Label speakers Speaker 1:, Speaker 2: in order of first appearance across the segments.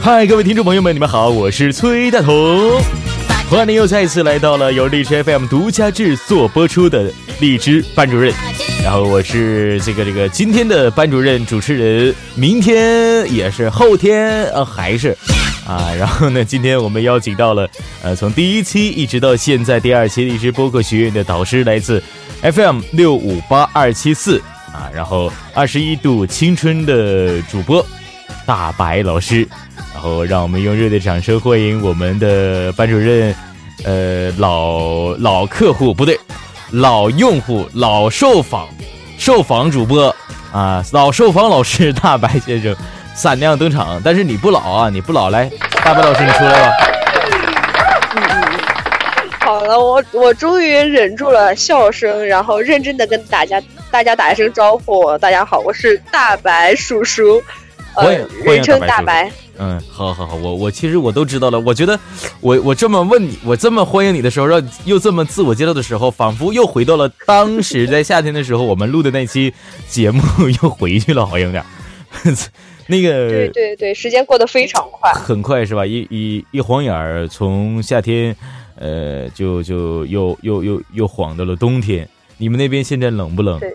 Speaker 1: 嗨，各位听众朋友们，你们好，我是崔大同，欢迎又再一次来到了由荔枝 FM 独家制作播出的荔枝班主任，然后我是这个这个今天的班主任主持人，明天也是，后天呃还是。啊，然后呢，今天我们邀请到了，呃，从第一期一直到现在第二期荔枝播客学院的导师，来自 FM 六五八二七四啊，然后二十一度青春的主播大白老师，然后让我们用热烈的掌声欢迎我们的班主任，呃，老老客户不对，老用户、老受访、受访主播啊，老受访老师大白先生闪亮登场。但是你不老啊，你不老，来，大白老师你出来吧。
Speaker 2: 好了，我我终于忍住了笑声，然后认真的跟大家大家打一声招呼，大家好，我是大白叔叔，呃
Speaker 1: 欢迎，欢迎
Speaker 2: 人称
Speaker 1: 大
Speaker 2: 大
Speaker 1: 白
Speaker 2: 白，
Speaker 1: 嗯，好好好，我我其实我都知道了。我觉得我我这么问你，我这么欢迎你的时候，让又这么自我介绍的时候，仿佛又回到了当时在夏天的时候我们录的那期节目，又回去了，好像有点 儿。那个
Speaker 2: 对对对，时间过得非常快，
Speaker 1: 很快是吧？一一一晃眼儿，从夏天，呃，就就又又又又晃到了冬天。你们那边现在冷不冷？
Speaker 2: 对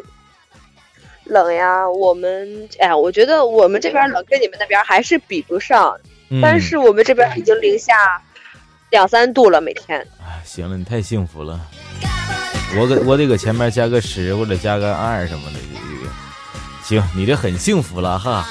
Speaker 2: 冷呀，我们哎，我觉得我们这边冷跟你们那边还是比不上，
Speaker 1: 嗯、
Speaker 2: 但是我们这边已经零下两三度了，每天，
Speaker 1: 哎行了，你太幸福了。我给我得搁前面加个十或者加个二什么的，这个行，你这很幸福了哈。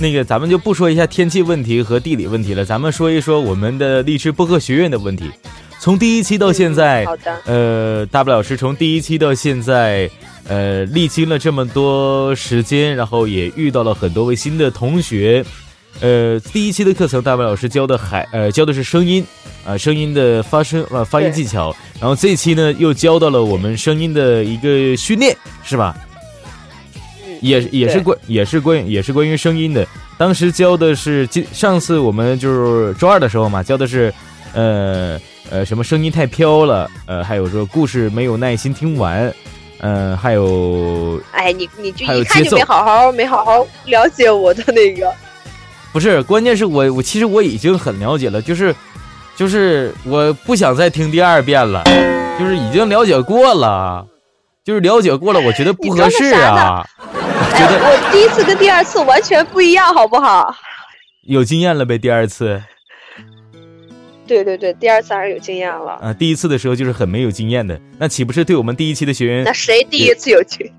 Speaker 1: 那个，咱们就不说一下天气问题和地理问题了，咱们说一说我们的荔枝播客学院的问题。从第一期到现在，
Speaker 2: 好的，
Speaker 1: 呃，大不了是从第一期到现在，呃，历经了这么多时间，然后也遇到了很多位新的同学。呃，第一期的课程，大白老师教的还呃教的是声音，啊、声音的发声呃发音
Speaker 2: 对
Speaker 1: 技巧。然后这一期呢，又教到了我们声音的一个训练，是吧？
Speaker 2: 嗯，
Speaker 1: 也也是
Speaker 2: 对
Speaker 1: 关也是关也是关于声音的。当时教的是今上次我们就是周二的时候嘛，教的是呃呃什么声音太飘了，呃还有说故事没有耐心听完，呃还有
Speaker 2: 哎，你你就
Speaker 1: 还有
Speaker 2: 一看
Speaker 1: 节
Speaker 2: 就
Speaker 1: 奏
Speaker 2: 没好好没好好了解我的那个，
Speaker 1: 不是关键是我我其实我已经很了解了，就是就是我不想再听第二遍了，就是已经了解过了，就是了解过了，我觉得不合适
Speaker 2: 你装的啥
Speaker 1: 啊，我觉得
Speaker 2: 哎我第一次跟第二次完全不一样，好不好？
Speaker 1: 有经验了呗，第二次。
Speaker 2: 对对对，第二次还是有经验了。
Speaker 1: 啊，第一次的时候就是很没有经验的，那岂不是对我们第一期的学员
Speaker 2: 那？谁第一次有去？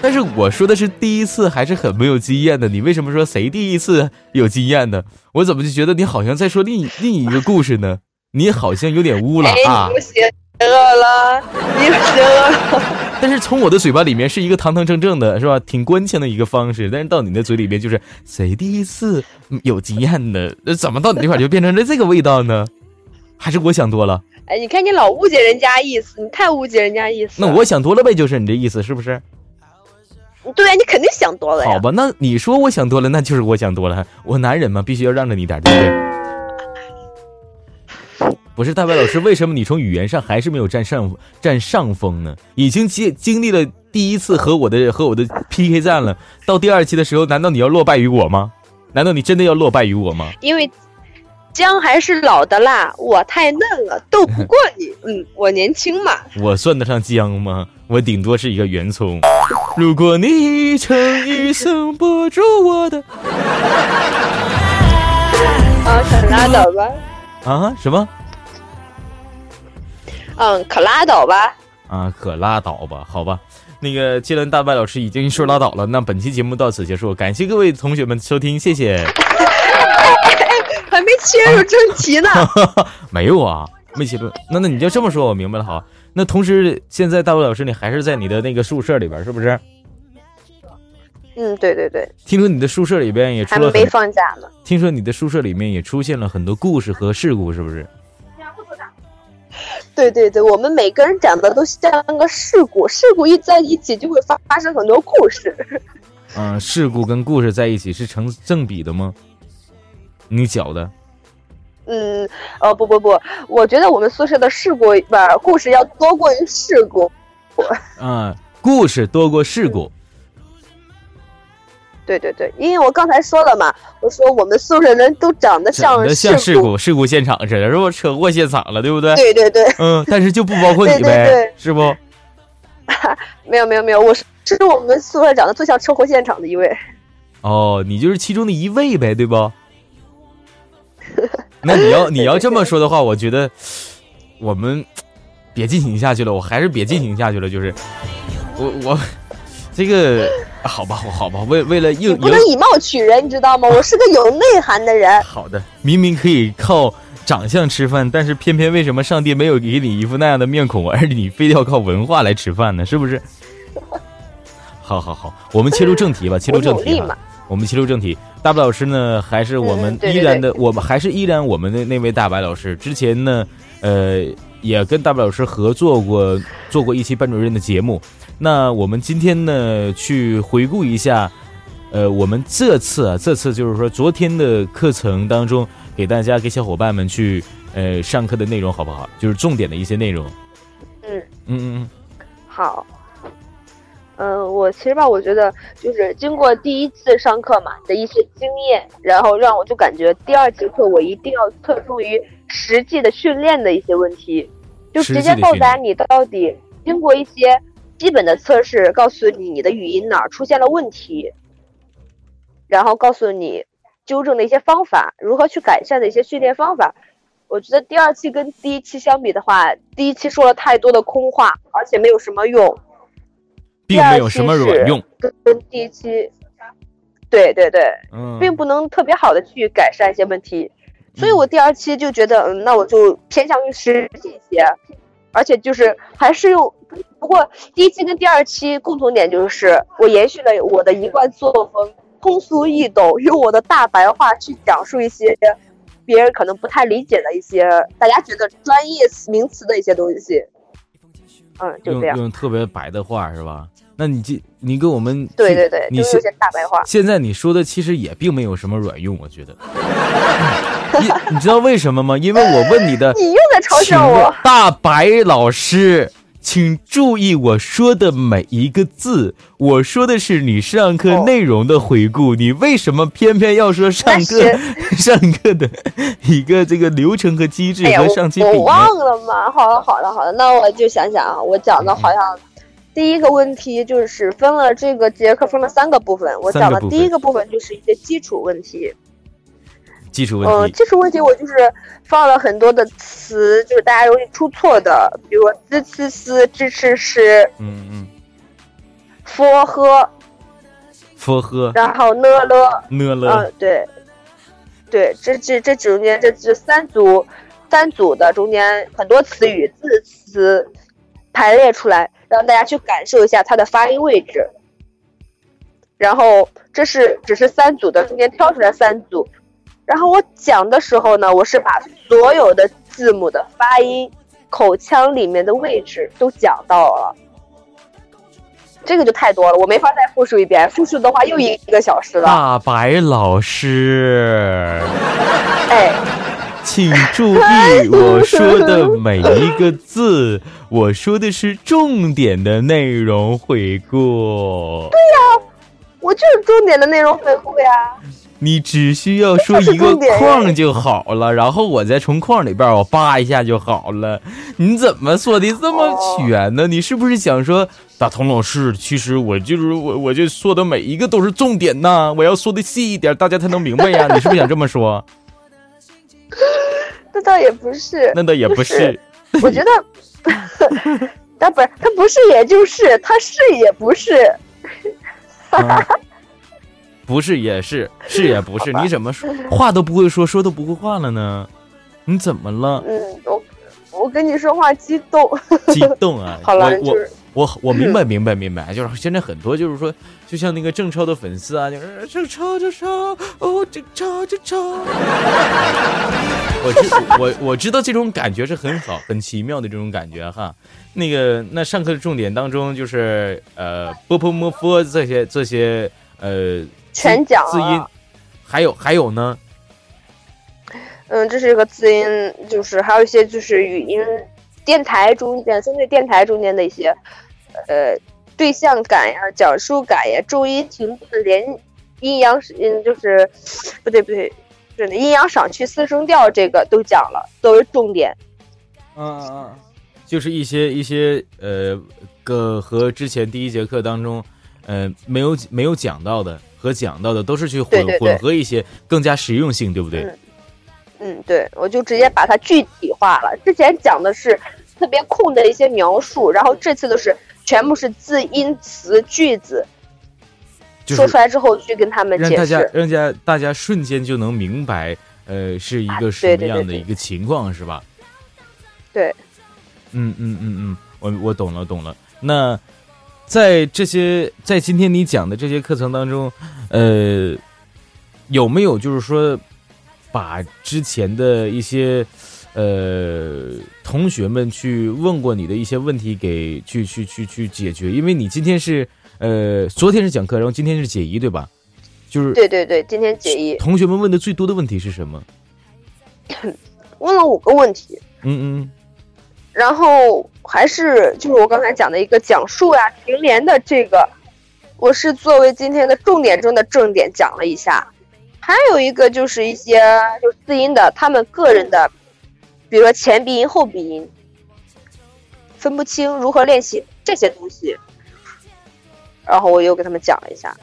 Speaker 1: 但是我说的是第一次还是很没有经验的，你为什么说谁第一次有经验呢？我怎么就觉得你好像在说另另一个故事呢？你好像有点污了
Speaker 2: 哎，
Speaker 1: 啊
Speaker 2: 你！们邪恶了，你们邪恶了。
Speaker 1: 但是从我的嘴巴里面是一个堂堂正正的，是吧？挺官腔的一个方式，但是到你的嘴里面就是谁第一次有经验的，那怎么到你这块儿就变成了这个味道呢？还是我想多了？
Speaker 2: 哎，你看你老误解人家意思，你太误解人家意思
Speaker 1: 那
Speaker 2: 了。
Speaker 1: 我想多了呗，就是你啊这意思是不是？
Speaker 2: 我对呀、啊你肯定想多了呀。
Speaker 1: 好吧，那你说我想多了，那就是我想多了。我男人嘛，必须要让着你点儿，对不对？不是大白老师，为什么你从语言上还是没有占上占上风呢？已经经经历了第一次和我的和我的 PK 战了，到第二期的时候，难道你要落败于我吗？难道你真的要落败于我吗？
Speaker 2: 因为姜还是老的辣，我太嫩了，斗不过 你。嗯，我年轻嘛。
Speaker 1: 我算得上姜吗？我顶多是一个圆葱。如果你曾一生拨住我的
Speaker 2: 啊，可拉倒吧。
Speaker 1: 啊什么？
Speaker 2: 嗯，可拉倒吧。
Speaker 1: 啊，可拉倒吧，好吧。那个既然大白老师已经说拉倒了，那本期节目到此结束，感谢各位同学们收听，谢谢。
Speaker 2: 还没切入正题 呢。
Speaker 1: 没有啊，没写论。那那你就这么说，我明白了。好，那同时现在大白老师你还是在你的那个宿舍里边，是不是？
Speaker 2: 嗯，对对对，
Speaker 1: 听说你的宿舍里边也
Speaker 2: 还
Speaker 1: 出了
Speaker 2: 没
Speaker 1: 很，
Speaker 2: 放假呢。
Speaker 1: 听说你的宿舍里面也出现了很多故事和事故，是不是？
Speaker 2: 对对对，我们每个人长得都像个事故，事故一在一起就会发发生很多故事。
Speaker 1: 嗯、事故跟故事在一起是成正比的吗？你觉的？
Speaker 2: 嗯，呃，不不不，我觉得我们宿舍的事故不、是故事要多过于事故。
Speaker 1: 嗯、故事多过事故。
Speaker 2: 对对对，因为我刚才说了嘛，我说我们宿舍人都长得
Speaker 1: 长
Speaker 2: 像
Speaker 1: 得像事
Speaker 2: 故。
Speaker 1: 故事故现场似的，是不车祸现场了，对不对？
Speaker 2: 对对对，
Speaker 1: 嗯，但是就不包括你呗，
Speaker 2: 对对对
Speaker 1: 是不？
Speaker 2: 没有没有没有，我是是我们宿舍长得最像车祸现场的一位。
Speaker 1: 哦，你就是其中的一位呗，对不？那你 要你要这么说的话，我觉得我们别进行下去了，我还是别进行下去了，就是我我这个好吧，我好吧，为为了应
Speaker 2: 你不
Speaker 1: 迎
Speaker 2: 能以貌取人，你知道吗？我是个有内涵的人。
Speaker 1: 好的，明明可以靠长相吃饭，但是偏偏为什么上帝没有给你一副那样的面孔，而你非要靠文化来吃饭呢？是不 是？好好好，我们切入正题吧，切入
Speaker 2: 我
Speaker 1: 正
Speaker 2: 努
Speaker 1: 题
Speaker 2: 力
Speaker 1: 吧
Speaker 2: 嘛。
Speaker 1: 我们切入正题，大白老师呢，还是我们
Speaker 2: 嗯对
Speaker 1: 依
Speaker 2: 对
Speaker 1: 然的，我们还是依然我们的那位大白老师。之前呢，呃，也跟大白老师合作过，做过一期班主任的节目。那我们今天呢，去回顾一下，呃，我们这次啊，这次就是说昨天的课程当中，给大家给小伙伴们去呃上课的内容好不好？就是重点的一些内容。
Speaker 2: 嗯
Speaker 1: 嗯嗯嗯，
Speaker 2: 好，嗯、我其实吧，我觉得就是经过第一次上课嘛的一些经验，然后让我就感觉第二节课我一定要侧重于实际的训练的一些问题，就
Speaker 1: 实
Speaker 2: 直
Speaker 1: 际
Speaker 2: 接
Speaker 1: 的
Speaker 2: 告
Speaker 1: 训
Speaker 2: 诉大家你到底经过一些基本的测试，告诉你你的语音哪儿出现了问题，然后告诉你纠正的一些方法，如何去改善的一些训练方法。我觉得第二期跟第一期相比的话，第一期说了太多的空话，而且没有什么用。
Speaker 1: 并没有什么卵用。
Speaker 2: 跟跟第一期，对对对，
Speaker 1: 嗯，
Speaker 2: 并不能特别好的去改善一些问题，所以
Speaker 1: 嗯
Speaker 2: 我第二期就觉得，嗯，那我就偏向于实际一些，而且就是还是用。不过第一期跟第二期共同点就是，我延续了我的一贯作风，通俗易懂，用我的大白话去讲述一些别人可能不太理解的一些大家觉得专业词名词的一些东西。嗯，就
Speaker 1: 用
Speaker 2: 这样。
Speaker 1: 用特别白的话是吧？那你这你给我们
Speaker 2: 对对对，
Speaker 1: 你
Speaker 2: 就是
Speaker 1: 现
Speaker 2: 一些大白话。
Speaker 1: 现在你说的其实也并没有什么卵用，我觉得。 你你知道为什么吗？因为我问你的，
Speaker 2: 你又在嘲
Speaker 1: 请
Speaker 2: 笑我
Speaker 1: 问。大白老师，请注意我说的每一个字，我说的是你上课
Speaker 2: 哦
Speaker 1: 内容的回顾，你为什么偏偏要说上课 上课的一个这个流程和机制
Speaker 2: 哎呀，
Speaker 1: 和
Speaker 2: 我
Speaker 1: 上期比啊
Speaker 2: 我
Speaker 1: 呢？
Speaker 2: 忘了嘛。好了好了好了，那我就想想啊，我讲
Speaker 1: 嗯
Speaker 2: 的好像第一个问题就是分了这个节课分了三个部分，我
Speaker 1: 三个
Speaker 2: 讲的
Speaker 1: 部分
Speaker 2: 第一个部分就是一些基础问题。
Speaker 1: 基础
Speaker 2: 嗯、
Speaker 1: 问题，
Speaker 2: 基础问题我就是放了很多的词，就是大家容易出错的，比如说 z c s z c s
Speaker 1: 嗯嗯，
Speaker 2: f h，
Speaker 1: 佛呵
Speaker 2: 然后呢了，
Speaker 1: 呢了。
Speaker 2: 嗯，对，对，这这这中间这这三组三组的中间很多词语字词排列出来，让大家去感受一下它的发音位置。然后这是只是三组的中间挑出来三组，然后我讲的时候呢，我是把所有的字母的发音、口腔里面的位置都讲到了。这个就太多了，我没法再复述一遍，复述的话又一个小时了。
Speaker 1: 大白老师，
Speaker 2: 哎，
Speaker 1: 请注意我说的每一个字，我说的是重点的内容回顾。
Speaker 2: 我就是重点的内容啊回顾呀。
Speaker 1: 你只需要说一个
Speaker 2: 重点
Speaker 1: 框就好了，然后我再从框里边我扒一下就好了。你怎么说的这么全呢？你是不是想说大同老师？其实我就是我，我就说的每一个都是重点呐，我要说的细一点，大家才能明白呀。你是不是想这么说？
Speaker 2: 这倒也不是，
Speaker 1: 那倒也不
Speaker 2: 就是
Speaker 1: 是。
Speaker 2: 我觉得， 但不是，它不是也就是，它是也不是。
Speaker 1: 啊 不是也是，是也不是，你怎么说话都不会说，说都不会话了呢？你怎么 了？
Speaker 2: 嗯，我我跟你说话激动。！
Speaker 1: 激动啊
Speaker 2: 好了，
Speaker 1: 我
Speaker 2: 就是
Speaker 1: 我我我明白明白明白，就是现在很多就是说，就像那个郑超的粉丝啊，就是郑超郑超哦郑超郑超，我知我我知道这种感觉是很好很奇妙的这种感觉哈。那个那上课的重点当中就是呃波波摸佛这些这些呃
Speaker 2: 全讲
Speaker 1: 字音
Speaker 2: 了，
Speaker 1: 还有还有呢
Speaker 2: 嗯，这是一个字音，就是还有一些就是语音电台中间，针对电台中间的一些，呃，对象感呀、讲述感呀、重音停顿、连阴阳，嗯，就是不对不对，是阴阳赏去四声调这个都讲了，都是重点。
Speaker 1: 就是一些一些呃个和之前第一节课当中呃没有没有讲到的和讲到的都是去混
Speaker 2: 对对对
Speaker 1: 混合一些更加实用性，对不对？
Speaker 2: 嗯嗯，对，我就直接把它具体化了。之前讲的是特别空的一些描述，然后这次都是全部是字音词句子，
Speaker 1: 就
Speaker 2: 说出
Speaker 1: 是
Speaker 2: 来之后去跟他们
Speaker 1: 让
Speaker 2: 解
Speaker 1: 大家
Speaker 2: 释。
Speaker 1: 让大家大家瞬间就能明白呃是一个什
Speaker 2: 啊
Speaker 1: 么
Speaker 2: 对对对
Speaker 1: 样的
Speaker 2: 对
Speaker 1: 一个情况是吧？
Speaker 2: 对，
Speaker 1: 嗯嗯嗯嗯，我我懂了懂了。那在这些在今天你讲的这些课程当中，呃，有没有就是说把之前的一些呃同学们去问过你的一些问题给去去去去解决？因为你今天是呃昨天是讲课，然后今天是解疑对吧？就是
Speaker 2: 对对对，今天解疑
Speaker 1: 同学们问的最多的问题是什么？
Speaker 2: 问了五个问题，
Speaker 1: 嗯嗯。
Speaker 2: 然后还是就是我刚才讲的一个讲述呀、停连的这个，我是作为今天的重点中的重点讲了一下。还有一个就是一些就是字音的他们个人的，比如说前鼻音、后鼻音，分不清如何练习这些东西。然后我又给他们讲了一下，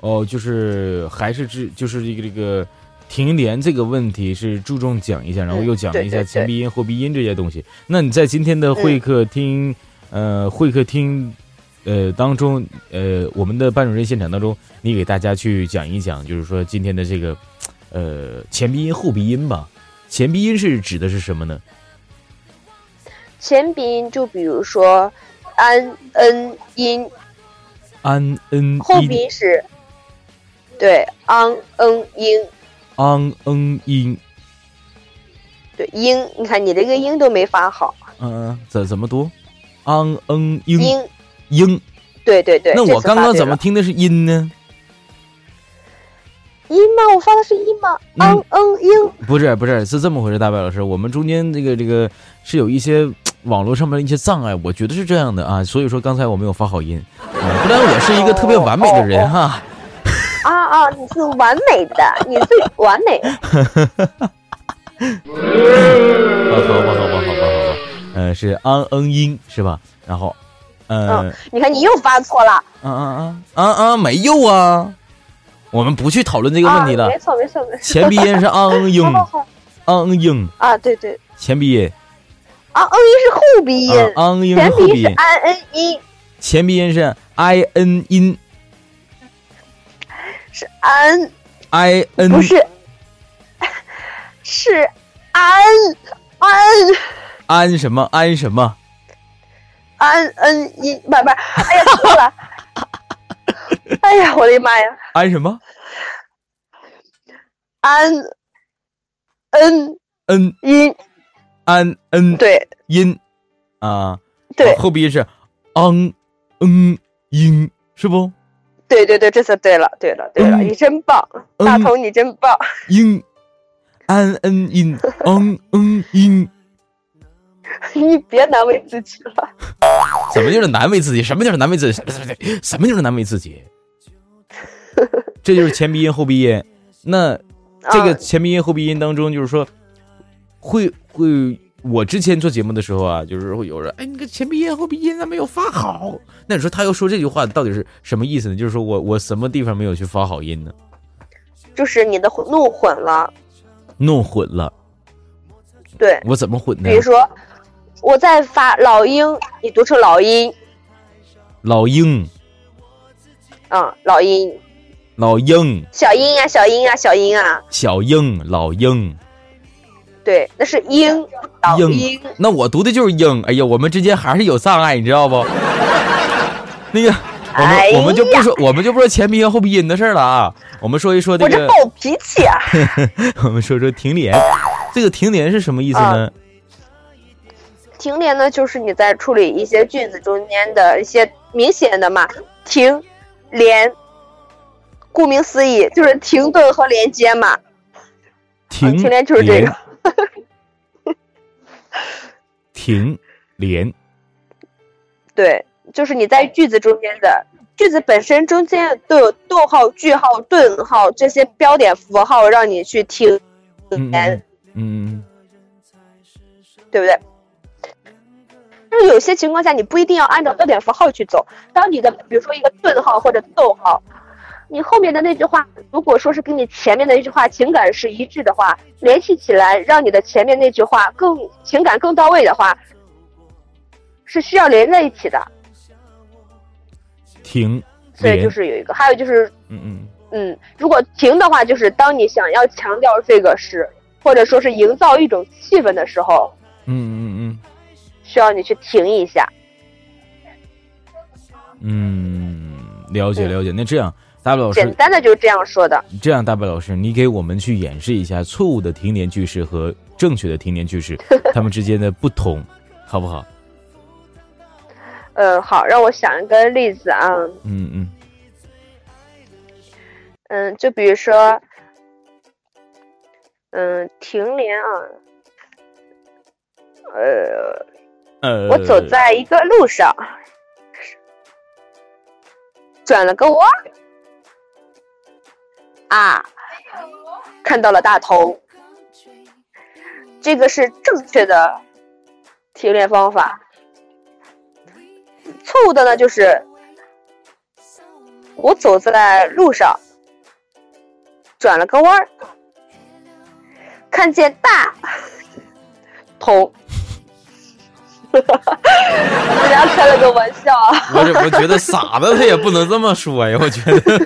Speaker 1: 哦，就是还是这就是这个这个呃停连这个问题是注重讲一下，然后
Speaker 2: 嗯
Speaker 1: 又讲了一
Speaker 2: 对
Speaker 1: 下
Speaker 2: 对对
Speaker 1: 前鼻音、后鼻音这些东西。那你在今天的会客厅，
Speaker 2: 嗯
Speaker 1: 呃，会客厅，呃当中，呃，我们的班主任现场当中，你给大家去讲一讲，就是说今天的这个，呃，前鼻音、后鼻音吧。前鼻音是指的是什么呢？
Speaker 2: 前鼻音就比如说安、恩音、
Speaker 1: 安、恩、
Speaker 2: 后鼻
Speaker 1: 音、
Speaker 2: 音是，对，昂、嗯、音，
Speaker 1: 昂、嗯、音，
Speaker 2: 对，音。你看你这个音都没发好，
Speaker 1: 嗯、嗯，怎怎么读？昂、嗯、英
Speaker 2: 音，
Speaker 1: 英。
Speaker 2: 对对对。
Speaker 1: 那
Speaker 2: 这
Speaker 1: 我
Speaker 2: 次
Speaker 1: 刚
Speaker 2: 发
Speaker 1: 刚
Speaker 2: 对
Speaker 1: 怎么
Speaker 2: 了
Speaker 1: 听的是音呢？
Speaker 2: 音吗？我发的是音吗？
Speaker 1: 嗯
Speaker 2: 昂、嗯、音，
Speaker 1: 不是不是，是这么回事，大白老师，我们中间这个这个是有一些网络上面的一些障碍，我觉得是这样的啊，所以说刚才我没有发好音，啊、不然我是一个特别完美的人哈、
Speaker 2: 啊啊，你是完美的，你最完美。
Speaker 1: 啊好吧好吧
Speaker 2: 哦
Speaker 1: 好吧好吧好吧，呃是安恩音是吧？然后，呃
Speaker 2: 嗯，你看你又发错了。
Speaker 1: 啊啊啊啊啊没有啊，我们不去讨论这个
Speaker 2: 啊，
Speaker 1: 问题了，
Speaker 2: 没错没错没错。
Speaker 1: 前鼻音是安恩英
Speaker 2: 好好好
Speaker 1: 安恩英
Speaker 2: 啊，对对，
Speaker 1: 前鼻音，
Speaker 2: 昂、嗯、音是后鼻音，
Speaker 1: 啊安恩英
Speaker 2: 前
Speaker 1: 后
Speaker 2: 鼻
Speaker 1: 鼻
Speaker 2: 音是
Speaker 1: 音，
Speaker 2: 安嗯恩音，
Speaker 1: 前鼻音是 i n 音
Speaker 2: 是安，
Speaker 1: i n
Speaker 2: 不是，是安安。
Speaker 1: 安什么安什么。
Speaker 2: 安恩一不不，哎呀错了， 哎呀我的妈呀，
Speaker 1: 安什么？
Speaker 2: 安恩
Speaker 1: 恩
Speaker 2: 一
Speaker 1: 安恩
Speaker 2: 对
Speaker 1: 音啊，
Speaker 2: 对
Speaker 1: 后鼻音是昂嗯音，是不？
Speaker 2: 对对对，这次对了对了对了，
Speaker 1: 嗯
Speaker 2: 你真棒，大
Speaker 1: 嗯
Speaker 2: 头你真棒，
Speaker 1: 音安恩音昂嗯音，
Speaker 2: 你别难为自己了，
Speaker 1: 什么就是难为自己？什么就是难为自己？什么什么就是难为自 己？这就是前鼻音后鼻音。那这个
Speaker 2: 啊
Speaker 1: 前鼻音后鼻音当中，就是说会会。我之前做节目的时候啊，就是会有人，哎，你个前鼻音后鼻音他没有发好。那你说他要说这句话到底是什么意思呢？就是说我我什么地方没有去发好音呢？
Speaker 2: 就是你的混弄混了，
Speaker 1: 弄混了。
Speaker 2: 对，
Speaker 1: 我怎么混的
Speaker 2: 比？如说我在发老鹰，你读成老鹰，
Speaker 1: 老鹰，
Speaker 2: 嗯，老鹰，
Speaker 1: 老鹰，
Speaker 2: 小鹰啊，小鹰啊，小鹰啊，
Speaker 1: 小鹰，老鹰，
Speaker 2: 对，那是鹰，老鹰
Speaker 1: 鹰。。那我读的就是鹰。哎呀，我们之间还是有障碍，你知道不？那个，我们、
Speaker 2: 哎呀
Speaker 1: 我们就不说，我们就不说前鼻音后鼻音的事儿了啊。我们说一说这
Speaker 2: 我这
Speaker 1: 个，
Speaker 2: 暴脾气啊！
Speaker 1: 我们说说停连。这个停连是什么意思
Speaker 2: 啊
Speaker 1: 呢？
Speaker 2: 停连呢，就是你在处理一些句子中间的一些明显的嘛停、连，顾名思义就是停顿和连接嘛。
Speaker 1: 停
Speaker 2: 啊停连就是这个
Speaker 1: 连。 停连
Speaker 2: 对，就是你在句子中间的句子本身中间都有逗号、句号、顿号这些标点符号，让你去停
Speaker 1: 嗯
Speaker 2: 连，
Speaker 1: 嗯嗯，
Speaker 2: 对不对？但是有些情况下，你不一定要按照标点符号去走。当你的比如说一个顿号或者逗号，你后面的那句话，如果说是跟你前面的那句话情感是一致的话，联系起来让你的前面那句话更情感更到位的话，是需要连在一起的。
Speaker 1: 停
Speaker 2: 所以
Speaker 1: 连，
Speaker 2: 就是有一个，还有就是
Speaker 1: 嗯嗯
Speaker 2: 嗯，如果停的话，就是当你想要强调这个是，或者说是营造一种气氛的时候，
Speaker 1: 嗯嗯
Speaker 2: 需要你去停一下。
Speaker 1: 嗯嗯，了解了解。那这样，大白老
Speaker 2: 简
Speaker 1: 师，
Speaker 2: 单的就是这样说的。
Speaker 1: 这样大白老师，你给我们去演示一下错误的停连句式和正确的停连句 式它们之间的不同，好不好？
Speaker 2: 嗯，好，让我想一个例子啊，
Speaker 1: 嗯嗯
Speaker 2: 嗯，就比如说，嗯，停连啊，呃，
Speaker 1: 呃，
Speaker 2: 我走在一个路上，转了个弯儿，啊，看到了大头，这个是正确的提炼方法。错误的呢，就是我走在路上，转了个弯儿，看见大头。 人家开了个玩笑啊，
Speaker 1: 我怎么觉得傻子他也不能这么说呀？我觉得，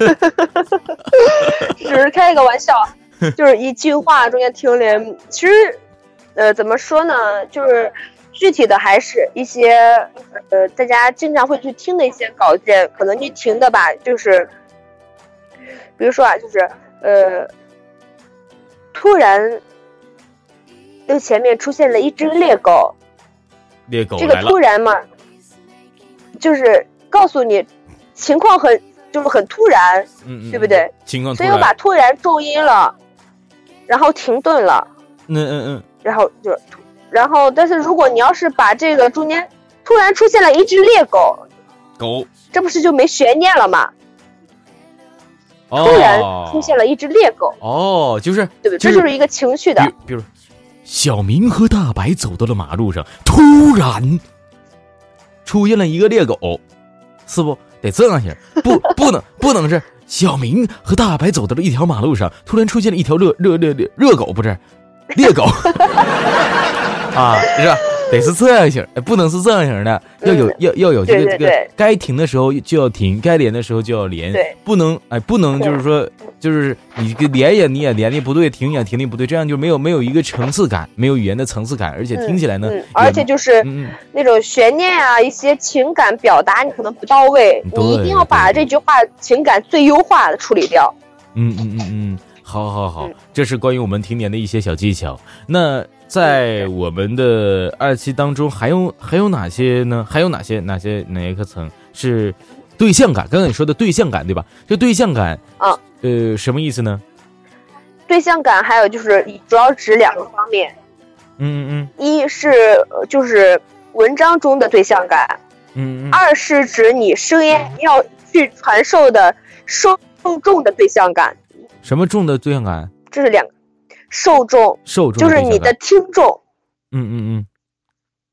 Speaker 2: 只是开了个玩笑，就是一句话中间停连。其实，呃，怎么说呢，就是具体的还是一些呃大家经常会去听的一些稿件，可能去停的吧，就是比如说啊，就是呃，突然又前面出现了一只猎狗，
Speaker 1: 猎狗
Speaker 2: 这个
Speaker 1: 哦来了
Speaker 2: 突，然嘛，就是告诉你情况很就是很突然，
Speaker 1: 嗯嗯，
Speaker 2: 对不对？
Speaker 1: 情况突
Speaker 2: 所以我
Speaker 1: 然，
Speaker 2: 把突然重音了，然后停顿了，
Speaker 1: 嗯嗯
Speaker 2: 然后就，然后但是如果你要是把这个中间突然出现了一只猎狗，
Speaker 1: 嗯，狗，
Speaker 2: 这不是就没悬念了吗？
Speaker 1: 哦，
Speaker 2: 突然出现了一只猎狗，
Speaker 1: 哦，就是
Speaker 2: 对不对？这就是一个情绪的
Speaker 1: 比，如比如，小明和大白走到了马路上，突然出现了一个猎狗，是不得这样型儿？不， 不能，不能是小明和大白走到了一条马路上，突然出现了一条热热热热热狗，不是猎 狗啊，是吧？得是这样型儿，哎不能是这样型儿的，要有、
Speaker 2: 嗯
Speaker 1: 要要有这个
Speaker 2: 对对
Speaker 1: 这个
Speaker 2: 对，
Speaker 1: 该停的时候就要停，该连的时候就要连，
Speaker 2: 对
Speaker 1: 不能哎不能就是说就是你这连也你也连的不对，停也停的不对，这样就没有没有一个层次感，没有语言的层次感，而且听起来呢，
Speaker 2: 嗯
Speaker 1: 也，
Speaker 2: 而且就是
Speaker 1: 嗯嗯
Speaker 2: 那种悬念啊，一些情感表达你可能不到位，
Speaker 1: 嗯对
Speaker 2: 你一定要把
Speaker 1: 对
Speaker 2: 这句话情感最优化的处理掉。
Speaker 1: 嗯嗯嗯嗯，好好好
Speaker 2: 嗯，
Speaker 1: 这是关于我们停年的一些小技巧。那在
Speaker 2: 嗯
Speaker 1: 我们的二期当中，还有还有哪些呢？还有哪些哪些哪一个层是对象感？刚才你说的对象感对吧？这对象感
Speaker 2: 啊，
Speaker 1: 呃，什么意思呢？
Speaker 2: 对象感还有就是主要指两个方面，
Speaker 1: 嗯嗯
Speaker 2: 一是呃就是文章中的对象感，
Speaker 1: 嗯嗯嗯
Speaker 2: 二是指你声音要去传授的受众的对象感，
Speaker 1: 嗯，什么重的对象感？
Speaker 2: 这是两个受众，
Speaker 1: 受众
Speaker 2: 就
Speaker 1: 的
Speaker 2: 是
Speaker 1: 对象
Speaker 2: 你的
Speaker 1: 感。
Speaker 2: 听众，
Speaker 1: 嗯嗯嗯，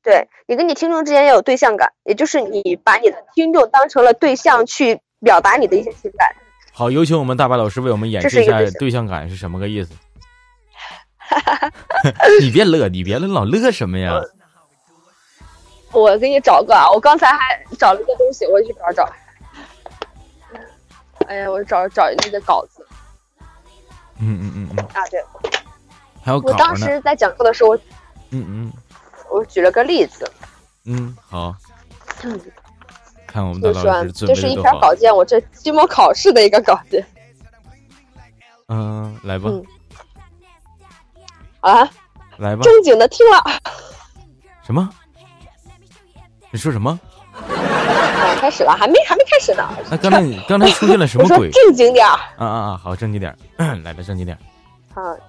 Speaker 2: 对你跟你听众之间要有对象感，也就是你把你的听众当成了对象去表达你的一些情感。
Speaker 1: 好，有请我们大白老师为我们演
Speaker 2: 这
Speaker 1: 示
Speaker 2: 是
Speaker 1: 一
Speaker 2: 一个
Speaker 1: 下
Speaker 2: 对象
Speaker 1: 对象感是什么个意思。 你别乐，你别乐，老乐什么呀？
Speaker 2: 我给你找个啊，我刚才还找了一个东西，我去找找。哎呀，我找找那个稿子
Speaker 1: 嗯嗯嗯嗯，
Speaker 2: 啊，对
Speaker 1: 还有
Speaker 2: 我
Speaker 1: 稿
Speaker 2: 当
Speaker 1: 呢。
Speaker 2: 时在讲课的时候，我
Speaker 1: 嗯嗯
Speaker 2: 我举了个例子，
Speaker 1: 嗯，好，
Speaker 2: 嗯
Speaker 1: 看我们
Speaker 2: 就
Speaker 1: 的
Speaker 2: 是
Speaker 1: 老
Speaker 2: 说
Speaker 1: 师准
Speaker 2: 就
Speaker 1: 备
Speaker 2: 是
Speaker 1: 的
Speaker 2: 一
Speaker 1: 多
Speaker 2: 篇
Speaker 1: 好
Speaker 2: 稿。件，我这期末考试的一个稿件
Speaker 1: 嗯，来吧，
Speaker 2: 嗯啊，
Speaker 1: 来吧，
Speaker 2: 正经的听了，
Speaker 1: 什么？你说什么？
Speaker 2: 啊，开始了，还没还没开始呢，
Speaker 1: 那刚才 你刚才出现了什
Speaker 2: 我
Speaker 1: 么
Speaker 2: 说
Speaker 1: 鬼？
Speaker 2: 正经点儿
Speaker 1: 啊啊啊！好，正经点儿， 来吧，正经点儿。
Speaker 2: 啊。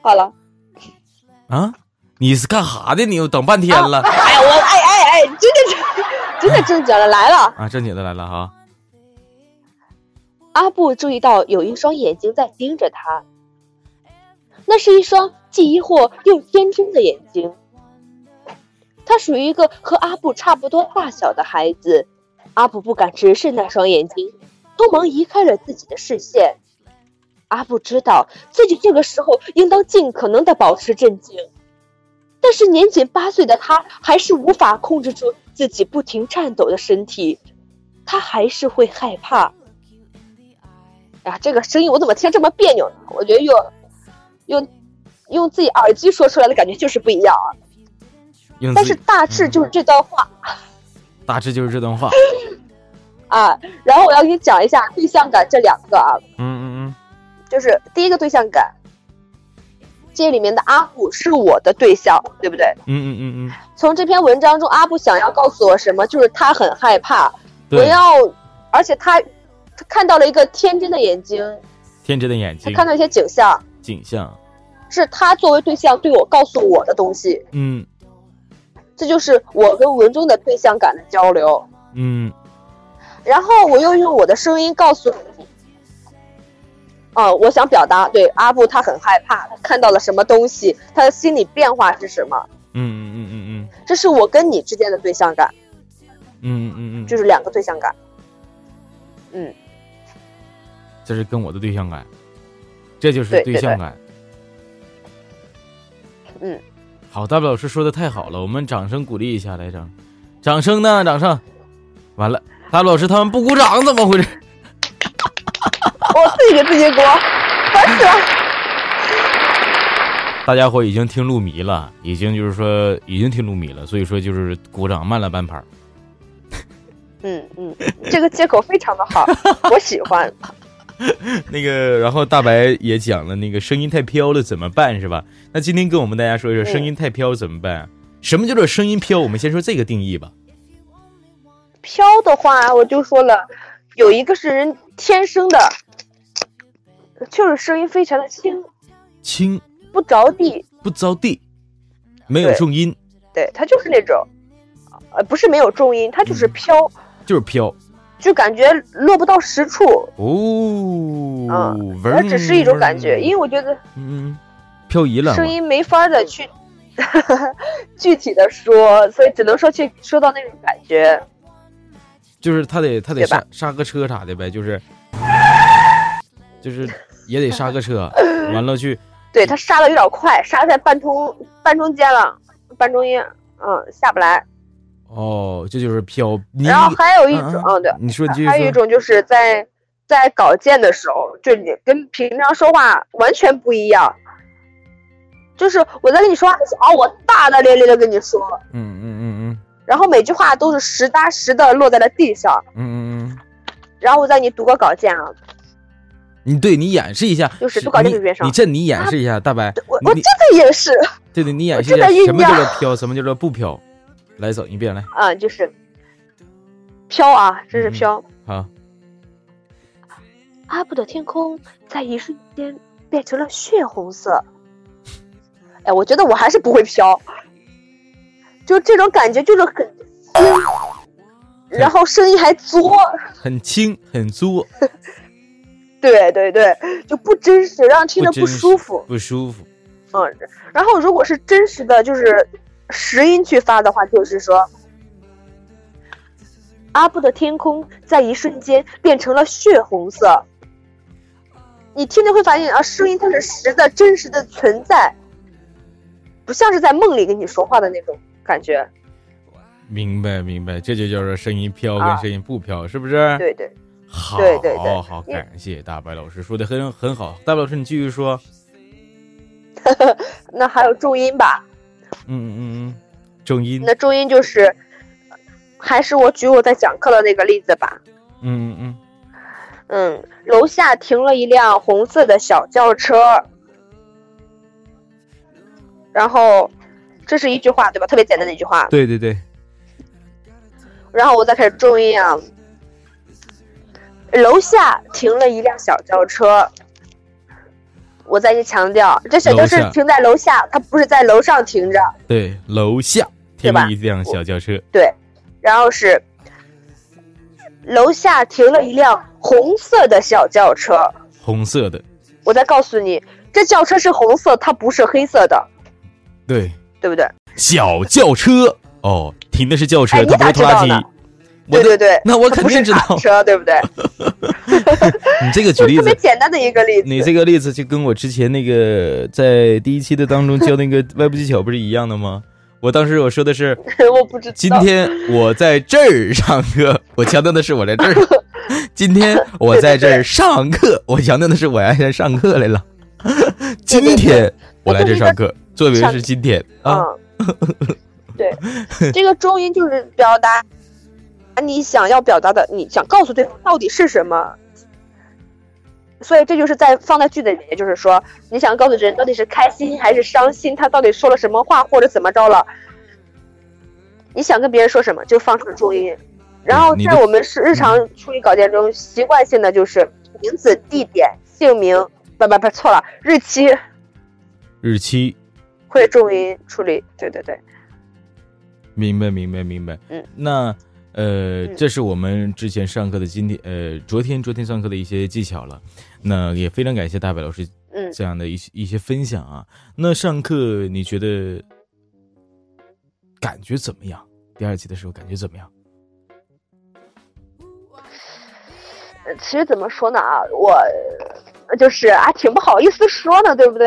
Speaker 2: 好了，
Speaker 1: 啊，你是干哈的？你又等半天了
Speaker 2: 哎我哎哎哎，真的真真的正经了，来了。
Speaker 1: 啊！正经的来了哈。
Speaker 2: 阿布注意到有一双眼睛在盯着他，那是一双既疑惑又天真的眼睛。他属于一个和阿布差不多大小的孩子，阿布不敢直视那双眼睛，匆忙移开了自己的视线。阿布知道自己这个时候应当尽可能的保持镇静，但是年仅八岁的他还是无法控制住自己不停颤抖的身体，他还是会害怕。啊，这个声音我怎么听这么别扭呢？我觉得用用用自己耳机说出来的感觉就是不一样啊。
Speaker 1: 用
Speaker 2: 但
Speaker 1: 自
Speaker 2: 是
Speaker 1: 己
Speaker 2: 大致就是这段话
Speaker 1: 大致就是这段话。
Speaker 2: 啊。然后我要给你讲一下对象感这两个啊，
Speaker 1: 嗯嗯
Speaker 2: 就是第一个对象感，这里面的阿布是我的对象，对不对？
Speaker 1: 嗯嗯嗯嗯嗯，
Speaker 2: 从这篇文章中，阿布想要告诉我什么？就是他很害怕，我
Speaker 1: 对，
Speaker 2: 要，而且他他看到了一个天真的眼睛，
Speaker 1: 天真的眼
Speaker 2: 他
Speaker 1: 睛，
Speaker 2: 看到一些景象，
Speaker 1: 景象。
Speaker 2: 是他作为对象对我告诉我的东西。
Speaker 1: 嗯
Speaker 2: 这就是我跟文中的对象感的交流。
Speaker 1: 嗯
Speaker 2: 然后我又用我的声音告诉你，啊、我想表达，对阿布他很害怕，他看到了什么东西，他的心理变化是什么？
Speaker 1: 嗯嗯嗯嗯
Speaker 2: 这是我跟你之间的对象感，
Speaker 1: 嗯嗯嗯
Speaker 2: 就
Speaker 1: 嗯，
Speaker 2: 是两个对象感。
Speaker 1: 这是跟我的对象感，这就是
Speaker 2: 对
Speaker 1: 对
Speaker 2: 对
Speaker 1: 象感。
Speaker 2: 嗯，
Speaker 1: 好，大白老师说的太好了，我们掌声鼓励一下，来掌，掌声呢？掌声。完了，大白老师他们不鼓掌，怎么回事？
Speaker 2: 我自己给自己鼓，烦死了。
Speaker 1: 大家伙已经听入迷了，已经就是说已经听入迷了，所以说就是鼓掌慢了半拍儿。
Speaker 2: 嗯嗯，这个借口非常的好，我喜欢。
Speaker 1: 那个，然后大白也讲了那个声音太飘了怎么办是吧？那今天跟我们大家说一说
Speaker 2: 嗯
Speaker 1: 声音太飘怎么办、啊？什么叫做声音飘？我们先说这个定义吧。
Speaker 2: 飘的话，我就说了，有一个是人天生的，就是声音非常的轻，
Speaker 1: 轻
Speaker 2: 不着地，
Speaker 1: 不着地，没有
Speaker 2: 对
Speaker 1: 重音，
Speaker 2: 对，它就是那种，呃，不是没有重音，它
Speaker 1: 嗯
Speaker 2: 就是飘，
Speaker 1: 就是飘
Speaker 2: 就感觉落不到实处，
Speaker 1: 哦。
Speaker 2: 嗯
Speaker 1: 嗡
Speaker 2: 而只是一种感觉，因为我觉得
Speaker 1: 嗯，漂嗯移了嘛
Speaker 2: 声音没法的去 具体的说，所以只能说去说到那种感觉。
Speaker 1: 就是他得他得
Speaker 2: 对吧
Speaker 1: 刹刹个车啥的呗，就是就是也得刹个 车，完了去
Speaker 2: 对，它刹的有点快，刹在半中半中间了，半中音，嗯，下不来。
Speaker 1: 哦，这就是飘。你
Speaker 2: 然后还有一
Speaker 1: 嗯
Speaker 2: 种，
Speaker 1: 嗯
Speaker 2: 嗯，对，
Speaker 1: 你说你继续
Speaker 2: 还有一
Speaker 1: 说，
Speaker 2: 种就是在在稿件的时候，就你跟平常说话完全不一样。就是我在跟你说话的时候，哦，我大大咧咧的跟你说，
Speaker 1: 嗯嗯嗯
Speaker 2: 然后每句话都是实打实的落在了地上。
Speaker 1: 嗯嗯嗯嗯。
Speaker 2: 然后我再给你读个稿件啊，
Speaker 1: 你对你演示一下，
Speaker 2: 就是
Speaker 1: 是
Speaker 2: 不搞这
Speaker 1: 你
Speaker 2: 个原声
Speaker 1: 你这你演示一下，大白，
Speaker 2: 我我
Speaker 1: 你
Speaker 2: 正在演 示
Speaker 1: 对对，你演
Speaker 2: 我
Speaker 1: 示一
Speaker 2: 正
Speaker 1: 下
Speaker 2: 在酝
Speaker 1: 什么叫做
Speaker 2: 酿
Speaker 1: 飘，什么叫做不飘。来，走一遍来，
Speaker 2: 啊、就是飘啊，真
Speaker 1: 嗯
Speaker 2: 是飘。
Speaker 1: 好，
Speaker 2: 阿布的天空在一瞬间变成了血红色。哎，我觉得我还是不会飘，就这种感觉就是很轻，然后声音还作，
Speaker 1: 很轻很作，
Speaker 2: 对对对，就不真实，让人听
Speaker 1: 不
Speaker 2: 得
Speaker 1: 真
Speaker 2: 不
Speaker 1: 实
Speaker 2: 舒服。
Speaker 1: 不舒服。
Speaker 2: 嗯，然后如果是真实的，就是实音去发的话，就是说，阿布的天空在一瞬间变成了血红色。你听着会发现啊，声音它是实的、真实的存在，不像是在梦里跟你说话的那种感觉。
Speaker 1: 明白明白，这就叫做声音飘
Speaker 2: 啊
Speaker 1: 跟声音不飘，是不是？
Speaker 2: 对对，
Speaker 1: 好，
Speaker 2: 对对对
Speaker 1: 好，
Speaker 2: 因为
Speaker 1: 感谢大白老师说的很很好。大白老师，你继续说。
Speaker 2: 那还有重音吧？
Speaker 1: 嗯嗯嗯嗯，重音。
Speaker 2: 那重音就是，还是我举我在讲课的那个例子吧。
Speaker 1: 嗯嗯嗯，
Speaker 2: 嗯，楼下停了一辆红色的小轿车，然后这是一句话对吧？特别简单的一句话。
Speaker 1: 对对对，
Speaker 2: 然后我再开始重音啊。楼下停了一辆小轿车，我再去强调，这小轿车
Speaker 1: 楼下
Speaker 2: 停在楼下，它不是在楼上停着。
Speaker 1: 对，楼下停
Speaker 2: 对吧
Speaker 1: 了一辆小轿车。
Speaker 2: 对，然后是楼下停了一辆红色的小轿车，
Speaker 1: 红色的，
Speaker 2: 我再告诉你，这轿车是红色，它不是黑色的，
Speaker 1: 对，
Speaker 2: 对不对？
Speaker 1: 小轿车哦，停的是轿车，
Speaker 2: 哎你
Speaker 1: 它不是
Speaker 2: 咋
Speaker 1: 拖
Speaker 2: 知
Speaker 1: 拉
Speaker 2: 道
Speaker 1: 机
Speaker 2: 呢。
Speaker 1: 我
Speaker 2: 对
Speaker 1: 的
Speaker 2: 对对，
Speaker 1: 那我
Speaker 2: 它
Speaker 1: 肯
Speaker 2: 不是
Speaker 1: 定知道
Speaker 2: 卡。车，对不对？
Speaker 1: 你这个举
Speaker 2: 就
Speaker 1: 例
Speaker 2: 特别
Speaker 1: 子，
Speaker 2: 简单的一个例
Speaker 1: 你
Speaker 2: 子。
Speaker 1: 这个例子就跟我之前那个在第一期的当中教那个外部技巧不是一样的吗？我当时我说的是，
Speaker 2: 我不知道。
Speaker 1: 今天我在这儿上课，我强调的是我在这 儿。今天我在这儿上课，我强调的是我来这儿上课来了。今天我来这儿 上课，作为是今天啊，
Speaker 2: 嗯， 对，这个中音就是表达你想要表达的，你想告诉对方到底是什么。所以这就是在放在句子里面，就是说你想告诉这人到底是开心还是伤心，他到底说了什么话或者怎么着了。你想跟别人说什么，就放出中音。然后
Speaker 1: 你
Speaker 2: 在
Speaker 1: 的
Speaker 2: 我们是日常处理稿件中，习惯性的就是名字、地点、姓名，不不不，错了，日期
Speaker 1: 日期，
Speaker 2: 会重音处理。对对对。
Speaker 1: 明白明白明白
Speaker 2: 嗯。
Speaker 1: 那呃，
Speaker 2: 嗯
Speaker 1: 这是我们之前上课的今天呃，昨天昨天上课的一些技巧了。那也非常感谢大白老师
Speaker 2: 嗯
Speaker 1: 这样的一些一些分享啊。那上课你觉得感觉怎么样？第二期的时候感觉怎么样？
Speaker 2: 呃其实怎么说呢啊，我呃就是啊，挺不好意思说呢，对不对？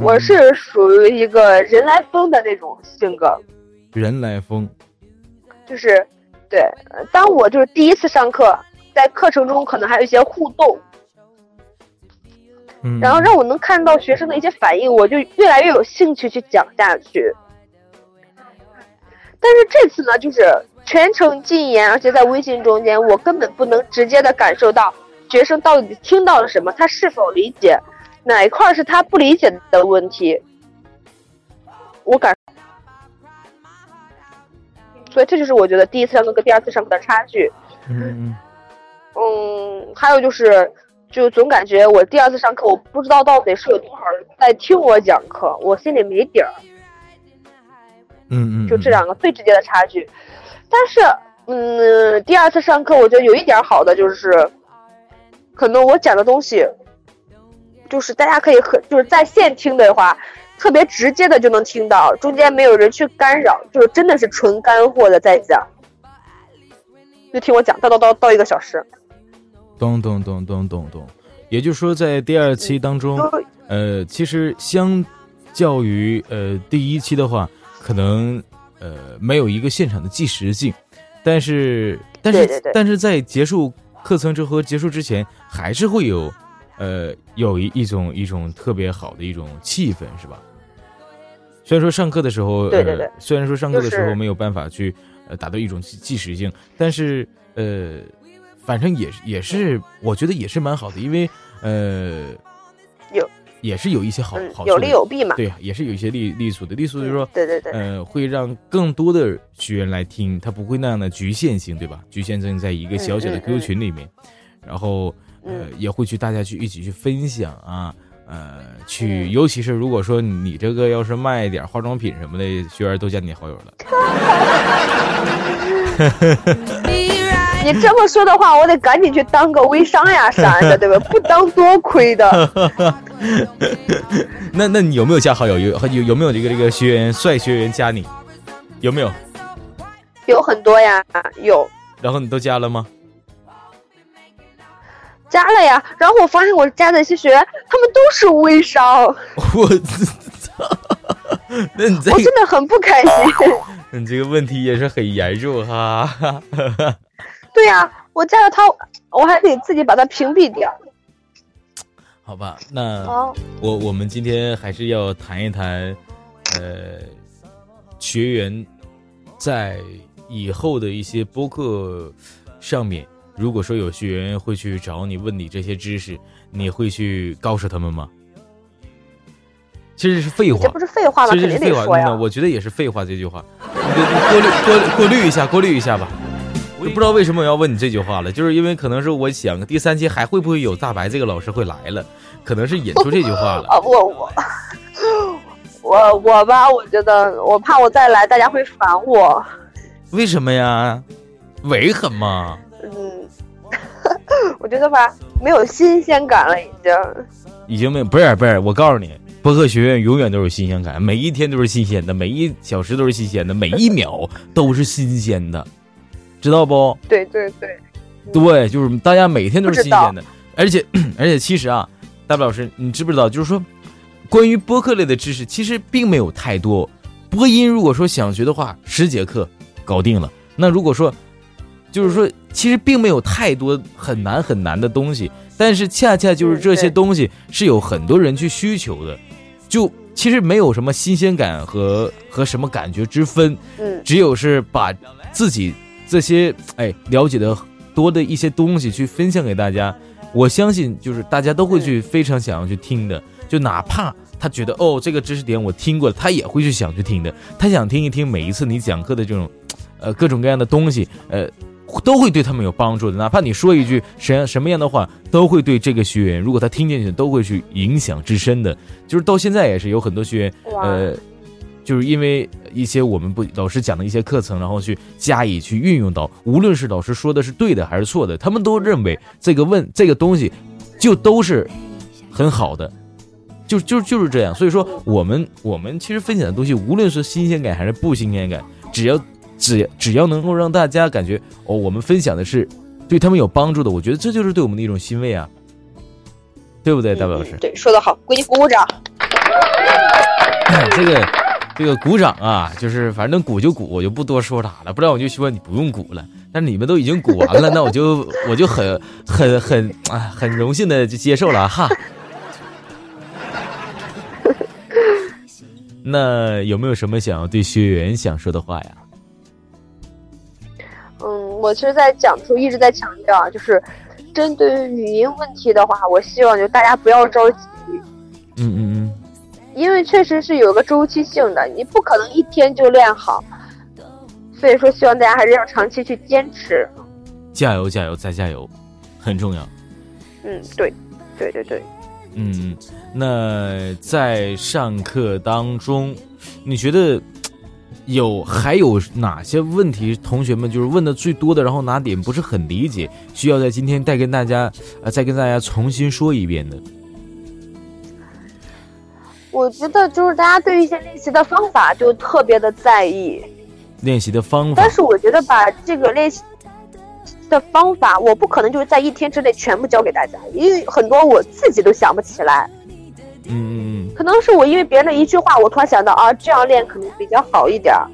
Speaker 2: 我是属于一个人来疯的那种性格，
Speaker 1: 人来疯，
Speaker 2: 就是对。呃当我就是第一次上课，在课程中可能还有一些互动，
Speaker 1: 嗯
Speaker 2: 然后让我能看到学生的一些反应，我就越来越有兴趣去讲下去。但是这次呢，就是全程禁言，而且在微信中间，我根本不能直接的感受到学生到底听到了什么，他是否理解，哪一块儿是他不理解的问题，我感。所以这就是我觉得第一次上课跟第二次上课的差距。
Speaker 1: 嗯
Speaker 2: 嗯，还有就是，就总感觉我第二次上课，我不知道到底是有多少人在听我讲课，我心里没底儿。
Speaker 1: 嗯嗯，
Speaker 2: 就这两个最直接的差距。但是，嗯，第二次上课，我觉得有一点好的就是，可能我讲的东西，就是大家可以很就是在线听的话，特别直接的就能听到，中间没有人去干扰，就是真的是纯干货的在讲。就听我讲叨叨叨叨一个小时，
Speaker 1: 懂懂懂懂懂懂，也就是说，在第二期当中，
Speaker 2: 嗯就
Speaker 1: 呃，其实相较于呃第一期的话，可能呃没有一个现场的计时性，但是但是
Speaker 2: 对对对
Speaker 1: 但是在结束课程之后和结束之前，还是会有呃有一一种一种特别好的一种气氛，是吧？虽然说上课的时候，
Speaker 2: 对对对
Speaker 1: 呃，虽然说上课的时
Speaker 2: 就
Speaker 1: 候
Speaker 2: 是
Speaker 1: 没有办法去呃达到一种计计时性，但是呃，反正也是也是，我觉得也是蛮好的，因为呃，
Speaker 2: 有
Speaker 1: 也是有一些好
Speaker 2: 嗯
Speaker 1: 好处的
Speaker 2: 有利有弊嘛。
Speaker 1: 对，也是有一些利利处的，利处就是说
Speaker 2: 嗯，对对对，
Speaker 1: 呃，会让更多的学员来听，他不会那样的局限性，对吧？局限性在一个小小的
Speaker 2: 嗯嗯
Speaker 1: QQ 群里面，然后呃
Speaker 2: 嗯
Speaker 1: 也会去大家去一起去分享啊，呃，去
Speaker 2: 嗯
Speaker 1: 尤其是如果说你这个要是卖一点化妆品什么的，学员都加你好友了，
Speaker 2: 你这么说的话，我得赶紧去当个微商 呀啥的，对吧？不当多亏的。
Speaker 1: 那那你有没有加好友？有有有没有这个这个学员帅学员加你？有没有？
Speaker 2: 有很多呀，有
Speaker 1: 然后你都加了吗？
Speaker 2: 加了呀，然后我发现我加的一些学员，他们都是微商，
Speaker 1: 我操！那你这
Speaker 2: 我
Speaker 1: 个
Speaker 2: 真的很不 开心。
Speaker 1: 你这个问题也是很严重哈。
Speaker 2: 对呀、我加了他，我还得自己把他屏蔽掉。
Speaker 1: 好吧，那
Speaker 2: 哦，
Speaker 1: 我我们今天还是要谈一谈，呃，学员在以后的一些播客上面，如果说有学员会去找你问你这些知识，你会去告诉他们吗？其实是废
Speaker 2: 这
Speaker 1: 话
Speaker 2: 不，是废话吗？
Speaker 1: 其
Speaker 2: 肯
Speaker 1: 实是
Speaker 2: 定得
Speaker 1: 废话。
Speaker 2: 说呀
Speaker 1: 那。我觉得也是废话这句话，你过滤过过滤一下，过滤一下吧。我不知道为什么我要问你这句话了，就是因为可能是我想第三期还会不会有大白这个老师会来了，可能是引出这句话了。
Speaker 2: 啊，我我我我吧，我觉得我怕我再来大家会烦我。
Speaker 1: 为什么呀？违很嘛？
Speaker 2: 嗯， 我觉得吧，没有新鲜感了，已经。
Speaker 1: 已经没有不是不是，我告诉你，播客学院永远都是新鲜感，每一天都是新鲜的，每一小时都是新鲜的，每一秒都是新鲜的，知道不？
Speaker 2: 对对对，
Speaker 1: 对，就是大家每天都是新鲜
Speaker 2: 不
Speaker 1: 的，而且 而且其实啊，大白老师，你知不知道？就是说，关于播客类的知识其实并没有太多。播音如果说想学的话，十节课搞定了。那如果说，就是说，其实并没有太多很难很难的东西，但是恰恰就是
Speaker 2: 嗯
Speaker 1: 这些
Speaker 2: 对
Speaker 1: 东西是有很多人去需求的，就其实没有什么新鲜感和和什么感觉之分。
Speaker 2: 嗯，
Speaker 1: 只有是把自己这些哎了解的多的一些东西去分享给大家，我相信就是大家都会去非常想要去听的，就哪怕他觉得哦这个知识点我听过了，他也会去想去听的，他想听一听每一次你讲课的这种，呃各种各样的东西，呃。都会对他们有帮助的，哪怕你说一句什样什么样的话，都会对这个学员，如果他听进去，都会去影响至深的。就是到现在也是有很多学员，
Speaker 2: 哇，
Speaker 1: 呃，就是因为一些我们不老师讲的一些课程，然后去加以去运用到，无论是老师说的是对的还是错的，他们都认为这个问这个东西就都是很好的，就就就是这样。所以说，我们我们其实分享的东西，无论是新鲜感还是不新鲜感，只要只只要能够让大家感觉哦，我们分享的是对他们有帮助的，我觉得这就是对我们的一种欣慰啊，对不对，大白老师
Speaker 2: 嗯？对，说的好，给你鼓鼓掌。
Speaker 1: 这个这个鼓掌啊，就是反正鼓就鼓，我就不多说啥了，不然我就说你不用鼓了。但是你们都已经鼓完了，那我就我就很很很啊很荣幸的就接受了啊哈。那有没有什么想要对学员想说的话呀？
Speaker 2: 嗯，我其实，在讲的时候一直在强调啊，就是针对于语音问题的话，我希望就大家不要着急，
Speaker 1: 嗯嗯
Speaker 2: 因为确实是有个周期性的，你不可能一天就练好。所以说，希望大家还是要长期去坚持。
Speaker 1: 嗯，加油加油再加油，很重要。
Speaker 2: 嗯，对，对对对，
Speaker 1: 嗯，那在上课当中，你觉得有还有哪些问题同学们就是问的最多的，然后哪点不是很理解，需要在今天再跟大家呃再跟大家重新说一遍的？
Speaker 2: 我觉得就是大家对于一些练习的方法就特别的在意，
Speaker 1: 练习的方法
Speaker 2: 但，是我觉得把这个练习的方法，我不可能就是在一天之内全部教给大家，因为很多我自己都想不起来。
Speaker 1: 嗯嗯
Speaker 2: 可能是我因为别人的一句话，我突然想到啊，这样练可能比较好一点儿。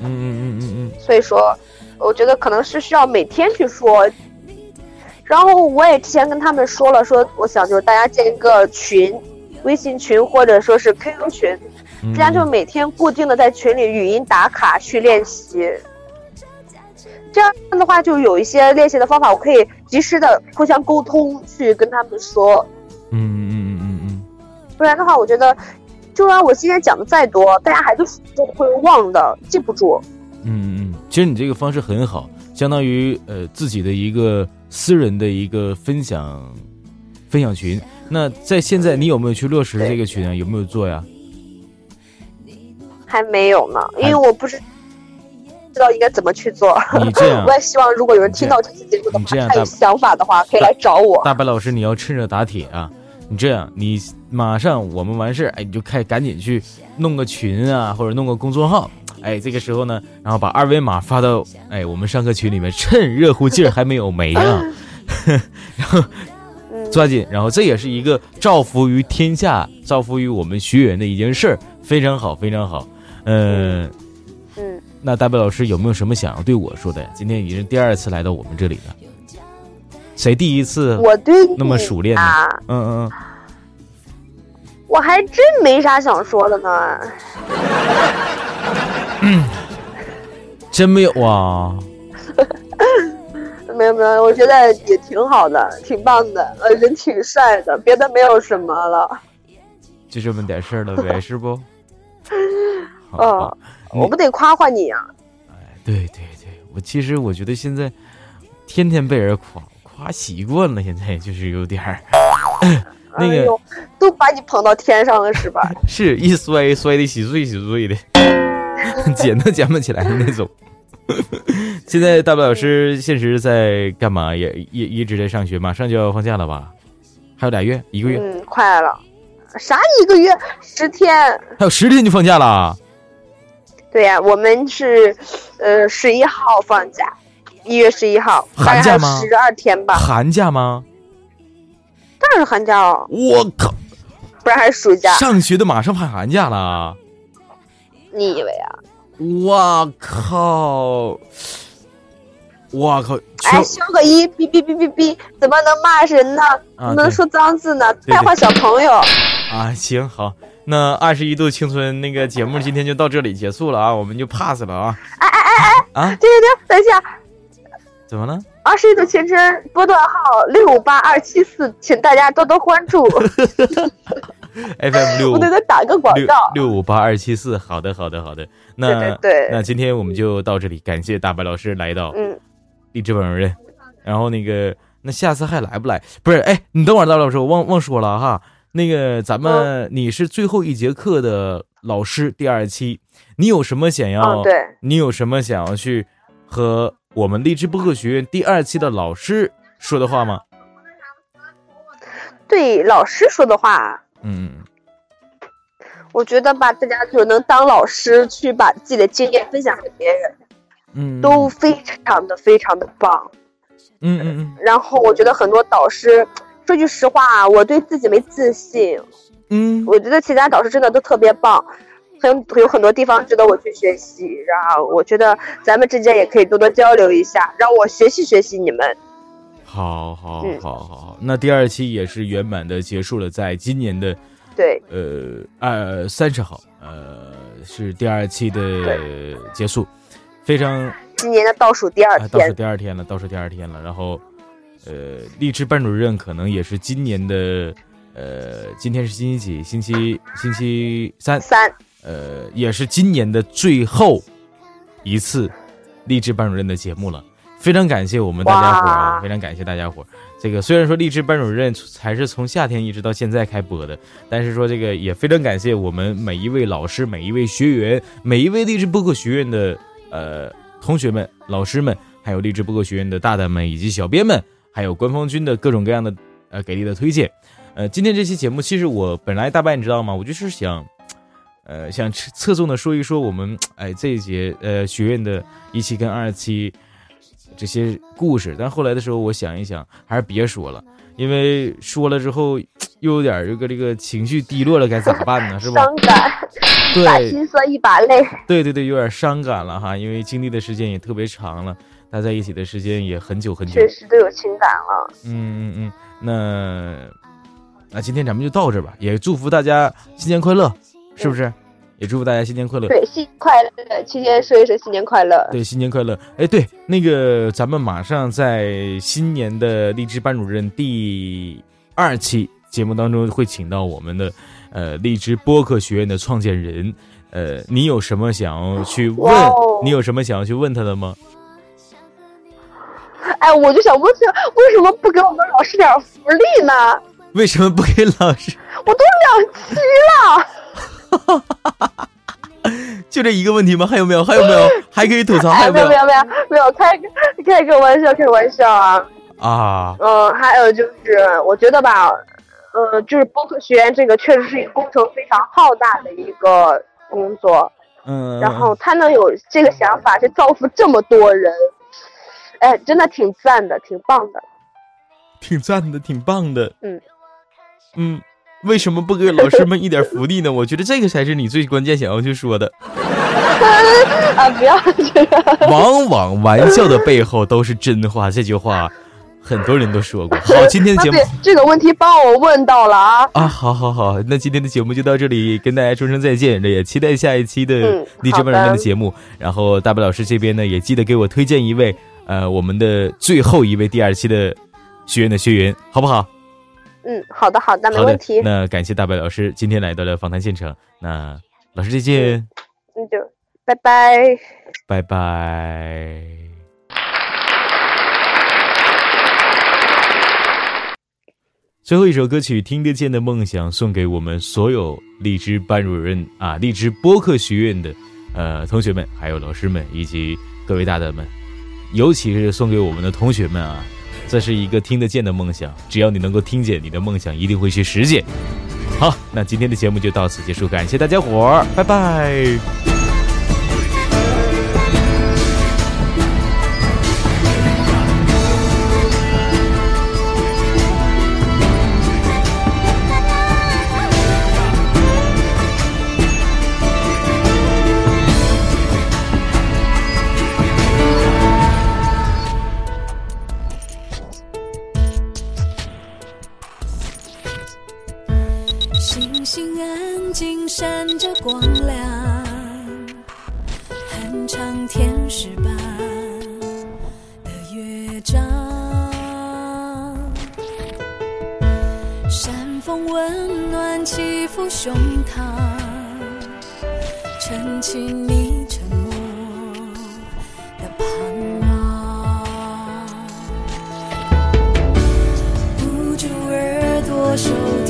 Speaker 1: 嗯嗯嗯嗯
Speaker 2: 所以说，我觉得可能是需要每天去说。然后我也之前跟他们说了，说我想就是大家建一个群，微信群或者说是 QQ 群，
Speaker 1: 嗯，
Speaker 2: 大家就每天固定的在群里语音打卡去练习。这样的话，就有一些练习的方法，我可以及时的互相沟通，去跟他们说。
Speaker 1: 嗯嗯嗯嗯嗯
Speaker 2: 不然的话，我觉得，就算我今天讲的再多，大家还都是会忘的，记不住。
Speaker 1: 嗯嗯嗯，其实你这个方式很好，相当于呃自己的一个私人的一个分享分享群。那在现在你有没有去落实这个群啊？有没有做呀？
Speaker 2: 还没有呢，因
Speaker 1: 还
Speaker 2: 为我不知知道应该怎么去做。
Speaker 1: 你这样
Speaker 2: 我也希望如果有人听到这期节目的
Speaker 1: 你这样
Speaker 2: 话，他有
Speaker 1: 大
Speaker 2: 想法的话，可以来找我。
Speaker 1: 大白老师，你要趁热打铁啊！你这样，你马上我们完事儿，哎，你就开赶紧去弄个群啊，或者弄个公众号，哎，这个时候呢，然后把二维码发到哎我们上课群里面，趁热乎劲儿还没有没啊， 然后抓紧，然后这也是一个造福于天下、造福于我们学员的一件事儿，非常好，非常好。嗯、
Speaker 2: 嗯，
Speaker 1: 那大白老师有没有什么想要对我说的？今天已经是第二次来到我们这里了，谁第一次？
Speaker 2: 我对你
Speaker 1: 那么熟练呢
Speaker 2: 啊，
Speaker 1: 嗯嗯嗯，
Speaker 2: 我还真没啥想说的呢。
Speaker 1: 真没有啊。
Speaker 2: 没有没有，我觉得也挺好的，挺棒的，呃，人挺帅的，别的没有什么了。
Speaker 1: 就这么点事儿了 呗，是不？好
Speaker 2: 嗯、
Speaker 1: 好你
Speaker 2: 我不得夸夸你啊！
Speaker 1: 对对对，我其实我觉得现在天天被人夸夸习惯了，现在就是有点 儿那
Speaker 2: 哎
Speaker 1: 个、
Speaker 2: 呦，都把你捧到天上了是 吧？
Speaker 1: 是一摔摔的稀碎稀碎的， 捡都捡不起来的那种。 现在大白老师现实在干嘛？也也一直在上学，马上就要放假了吧？还有俩月，一个月，
Speaker 2: 嗯，快了，啥一个月十天？
Speaker 1: 还有十天就放假了。
Speaker 2: 对呀、我们是，呃，十一号放假，一月十一号，大
Speaker 1: 寒
Speaker 2: 概
Speaker 1: 假
Speaker 2: 还有
Speaker 1: 吗
Speaker 2: 十二天吧，
Speaker 1: 寒假吗？
Speaker 2: 当然是寒假哦，
Speaker 1: 我靠！
Speaker 2: 不然还是暑假。
Speaker 1: 上学的马上放寒假了，
Speaker 2: 你以为啊？
Speaker 1: 我靠！我靠！
Speaker 2: 哎，
Speaker 1: 全
Speaker 2: 修个一，哔哔哔哔哔，怎么能骂人呢？
Speaker 1: 啊
Speaker 2: 能
Speaker 1: 对
Speaker 2: 说脏字呢？
Speaker 1: 对
Speaker 2: 败坏小朋友。
Speaker 1: 啊，行好，那二十一度青春那个节目今天就到这里结束了啊，我们就 pass 了啊。哎哎哎哎！啊，
Speaker 2: 对对对，等一下，
Speaker 1: 怎么了？
Speaker 2: 二十一
Speaker 1: 嗯
Speaker 2: 度前程波段号六五八二七四，请大家多多关注。
Speaker 1: FM 六
Speaker 2: 我得再打个广
Speaker 1: 六
Speaker 2: 告。
Speaker 1: 六嗯五八二七四，好的，好的，好的。那
Speaker 2: 对对对
Speaker 1: 那今天我们就到这里，感谢大白老师来到
Speaker 2: 嗯，
Speaker 1: 励志本人。然后那个，那下次还来不来？不是，哎，你等会儿，大白老师，我忘忘说了哈。那个，咱
Speaker 2: 嗯
Speaker 1: 们、你是最后一节课的老师，第二期，你有什么想要？
Speaker 2: 哦对，
Speaker 1: 你有什么想要去和我们励志播客学院第二期的老师说的话吗？
Speaker 2: 对老师说的话，
Speaker 1: 嗯嗯。
Speaker 2: 我觉得吧，大家就能当老师去把自己的经验分享给别人，
Speaker 1: 嗯，
Speaker 2: 都非常的非常的棒。
Speaker 1: 嗯嗯嗯
Speaker 2: 然后我觉得很多导师，说句实话啊，我对自己没自信，
Speaker 1: 嗯，
Speaker 2: 我觉得其他导师真的都特别棒，很有很多地方值得我去学习。然后我觉得咱们之间也可以多多交流一下，让我学习学习你们。
Speaker 1: 好好
Speaker 2: 嗯
Speaker 1: 好好好，那第二期也是圆满的结束了，在今年的
Speaker 2: 对，
Speaker 1: 呃二三十号，呃是第二期的结束，非常
Speaker 2: 今年的倒数第二
Speaker 1: 啊倒数
Speaker 2: 天，
Speaker 1: 第二天了，倒数第二天了，然后呃励志班主任可能也是今年的呃今天是星期几？星期星期三，
Speaker 2: 三
Speaker 1: 呃也是今年的最后一次励志班主任的节目了。非常感谢我们大家伙儿啊，
Speaker 2: 哇
Speaker 1: 非常感谢大家伙儿。这个虽然说励志班主任才是从夏天一直到现在开播的，但是说这个也非常感谢我们每一位老师、每一位学员、每一位励志播客学院的呃同学们、老师们，还有励志播客学院的大大们以及小编们，还有官方军的各种各样的呃给力的推荐。呃，今天这期节目，其实我本来大白你知道吗？我就是想，呃，想侧侧重的说一说我们哎这一节呃学院的一期跟二期这些故事，但后来的时候，我想一想，还是别说了，因为说了之后又有点儿这个这个情绪低落了，该咋办 呢？是吧？
Speaker 2: 伤感，把
Speaker 1: 对，嗯
Speaker 2: 心酸一把泪。
Speaker 1: 对对对，有点伤感了哈，因为经历的时间也特别长了，大家在一起的时间也很久很久
Speaker 2: 确。实都有情感了，
Speaker 1: 嗯嗯嗯，那那今天咱们就到这吧，也祝福大家新年快乐，是不是？也祝福大家新年快乐。
Speaker 2: 对，新年快乐，提前说一声新年快乐。
Speaker 1: 对，新年快乐！哎，对，那个咱们马上在新年的励志班主任第二期节目当中会请到我们的呃荔枝播客学院的创建人，呃，你有什么想要去问？
Speaker 2: 哇哦
Speaker 1: 你有什么想要去问他的吗？
Speaker 2: 哎，我就想问，这为什么不给我们老师点福利呢？
Speaker 1: 为什么不给老师？
Speaker 2: 我都两期了，
Speaker 1: 就这一个问题吗？还有没有？还有没有？还可以吐槽？还
Speaker 2: 哎，
Speaker 1: 有没
Speaker 2: 没有
Speaker 1: 有
Speaker 2: 没有没有没有，开个开个玩笑，开个玩笑啊。
Speaker 1: 啊？
Speaker 2: 嗯，还有就是，我觉得吧，呃，就是播客学院这个确实是一个工程非常浩大的一个工作，
Speaker 1: 嗯，
Speaker 2: 然后他能有这个想法去造福这么多人，哎，真的挺赞的，挺棒的。
Speaker 1: 挺赞的，挺棒的。
Speaker 2: 嗯
Speaker 1: 嗯，为什么不给老师们一点福利呢？我觉得这个才是你最关键想要去说 的。
Speaker 2: 啊，不要这样。
Speaker 1: 往往玩笑的背后都是真话，这句话很多人都说过。好，今天的
Speaker 2: 啊，
Speaker 1: 节目
Speaker 2: 对这个问题帮我问到了啊。
Speaker 1: 啊，好好好，那今天的节目就到这里，跟大家说声再见，也期待下一期的
Speaker 2: 嗯
Speaker 1: 荔枝
Speaker 2: 好
Speaker 1: 班人们的
Speaker 2: 的
Speaker 1: 节目。然后大白老师这边呢，也记得给我推荐一位，呃，我们的最后一位第二期的学员的学员，好不好？
Speaker 2: 嗯，好的，好的，没
Speaker 1: 好的
Speaker 2: 问题，。
Speaker 1: 那感谢大白老师今天来到了访谈现场，那老师再见，
Speaker 2: 那就拜拜。
Speaker 1: 拜拜。最后一首歌曲《听得见的梦想》送给我们所有荔枝班主任啊，荔枝播客学院的呃同学们，还有老师们以及各位大大们，尤其是送给我们的同学们啊，这是一个听得见的梦想，只要你能够听见你的梦想，一定会去实践。好，那今天的节目就到此结束，感谢大家伙儿，拜拜。
Speaker 3: 星星安静闪着光亮，哼唱天使般的乐章。山风温暖起伏胸膛，撑起你沉默的盼望。捂住耳朵，收